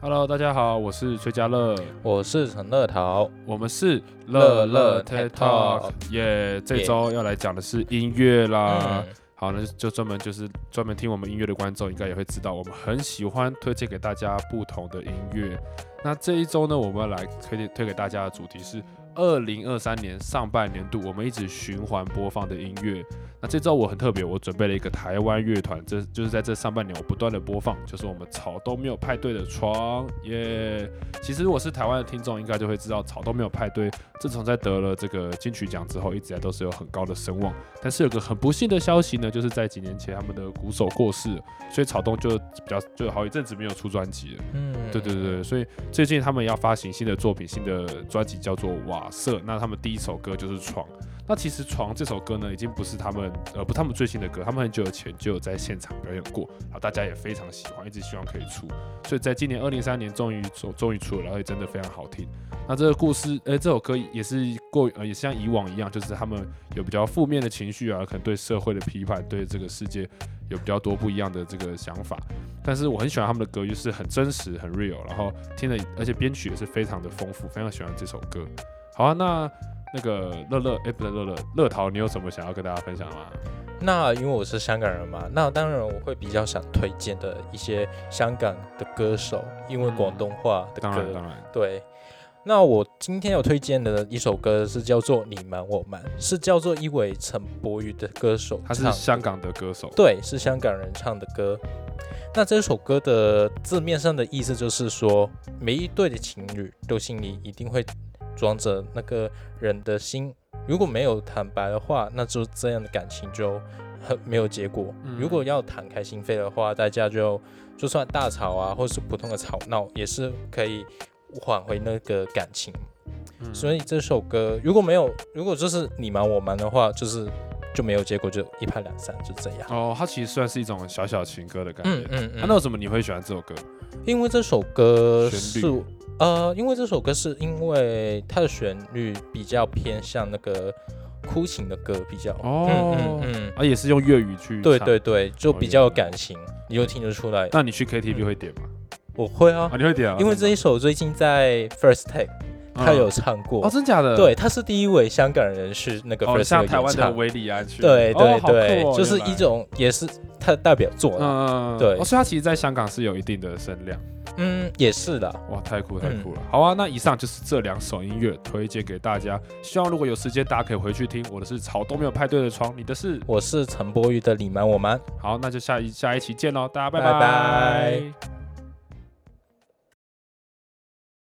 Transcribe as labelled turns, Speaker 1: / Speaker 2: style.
Speaker 1: Hello，大家好，我是崔家乐，
Speaker 2: 我是陈乐桃，
Speaker 1: 我们是
Speaker 2: 乐乐
Speaker 1: TED
Speaker 2: TED
Speaker 1: Talk，
Speaker 2: Talk
Speaker 1: 耶这
Speaker 2: 耶
Speaker 1: 周要来讲的是音乐啦。
Speaker 2: 嗯
Speaker 1: 好，那就专门就是专门听我们音乐的观众应该也会知道，我们很喜欢推荐给大家不同的音乐。那这一周呢，我们要来推荐推给大家的主题是二零二三年上半年度我们一直循环播放的音乐。那这周我很特别，我准备了一个台湾乐团，这就是在这上半年我不断的播放，就是我们草都没有派对的床耶。其实如果是台湾的听众，应该就会知道草都没有派对，自从在得了这个金曲奖之后，一直以来都是有很高的声望。但是有个很不幸的消息呢，就是在几年前他们的鼓手过世了，所以草东就比较就好一阵子没有出专辑了。
Speaker 2: 嗯
Speaker 1: 对对，对，所以最近他们要发行新的作品，新的专辑叫做《瓦舍》。那他们第一首歌就是《床》。那其实《床》这首歌呢，已经不是他们呃不他们最新的歌，他们很久以前就有在现场表演过，啊，大家也非常喜欢，一直希望可以出。所以在今年二零三年终于终终于出了，然后也真的非常好听。那这个故事，呃，这首歌也是过呃也是像以往一样，就是他们有比较负面的情绪啊，可能对社会的批判，对这个世界有比较多不一样的这个想法。但是我很喜欢他们的歌，就是很真实、很 real，然后听了，而且编曲也是非常的丰富，非常喜欢这首歌。好啊，那那个乐乐，哎、不是乐乐，乐桃，你有什么想要跟大家分享的吗？
Speaker 2: 那因为我是香港人嘛，那当然我会比较想推荐的一些香港的歌手，因为广东话的
Speaker 1: 当然，
Speaker 2: 歌，
Speaker 1: 当然，
Speaker 2: 对。那我今天有推荐的一首歌是叫做《你瞒我瞒》，是叫做一位陈柏宇的歌手
Speaker 1: 他是
Speaker 2: 唱
Speaker 1: 香港的歌手，
Speaker 2: 对，是香港人唱的歌。那这首歌的字面上的意思就是说，每一对的情侣都心里一定会装着那个人的心，如果没有坦白的话，那就这样的感情就很没有结果。
Speaker 1: 嗯
Speaker 2: 如果要敞开心扉的话，大家就就算大吵啊，或是普通的吵闹，也是可以挽回那个感情。
Speaker 1: 嗯
Speaker 2: 所以这首歌如果没有，如果就是你瞒我瞒的话，就是就没有结果，就一拍两散，就这样。
Speaker 1: 哦，它其实算是一种小小情歌的感
Speaker 2: 嗯
Speaker 1: 觉。
Speaker 2: 嗯
Speaker 1: 啊
Speaker 2: 嗯，
Speaker 1: 那为什么你会喜欢这首歌？
Speaker 2: 因为这首歌
Speaker 1: 旋律
Speaker 2: 是呃，因为这首歌是因为它的旋律比较偏向那个哭情的歌比较，
Speaker 1: 哦
Speaker 2: 嗯嗯嗯，
Speaker 1: 啊，也是用粤语去
Speaker 2: 对
Speaker 1: 唱
Speaker 2: 对。对，就
Speaker 1: 哦
Speaker 2: 比
Speaker 1: 原
Speaker 2: 较有
Speaker 1: 来
Speaker 2: 感情，你就听得出来。
Speaker 1: 那你去 KTV 会点吗？
Speaker 2: 我会啊
Speaker 1: 啊，，你会点啊？
Speaker 2: 嗯因为这一首最近在 First Take
Speaker 1: 嗯
Speaker 2: 他有唱
Speaker 1: 哦，
Speaker 2: 过，
Speaker 1: 真假的？
Speaker 2: 对，他是第一位香港人是那个
Speaker 1: 哦，
Speaker 2: First
Speaker 1: 像
Speaker 2: Take
Speaker 1: 台湾
Speaker 2: 原
Speaker 1: 的
Speaker 2: 唱，
Speaker 1: 维里安去，哦
Speaker 2: 对对
Speaker 1: 好酷
Speaker 2: 对
Speaker 1: 哦，
Speaker 2: 就是
Speaker 1: 原来
Speaker 2: 一种也是他的代表作啦，
Speaker 1: 嗯，
Speaker 2: 对
Speaker 1: 哦，所以它其实，在香港是有一定的声量。
Speaker 2: 嗯，也是的，
Speaker 1: 哇，太酷太
Speaker 2: 嗯
Speaker 1: 酷了！好啊，那以上就是这两首音乐推荐给大家，希望如果有时间，大家可以回去听。我的是草都没有派对的床，你的是
Speaker 2: 我是陈柏宇的你瞒我瞒。
Speaker 1: 好，那就下一下一期见喽，大家
Speaker 2: 拜
Speaker 1: 拜
Speaker 2: 拜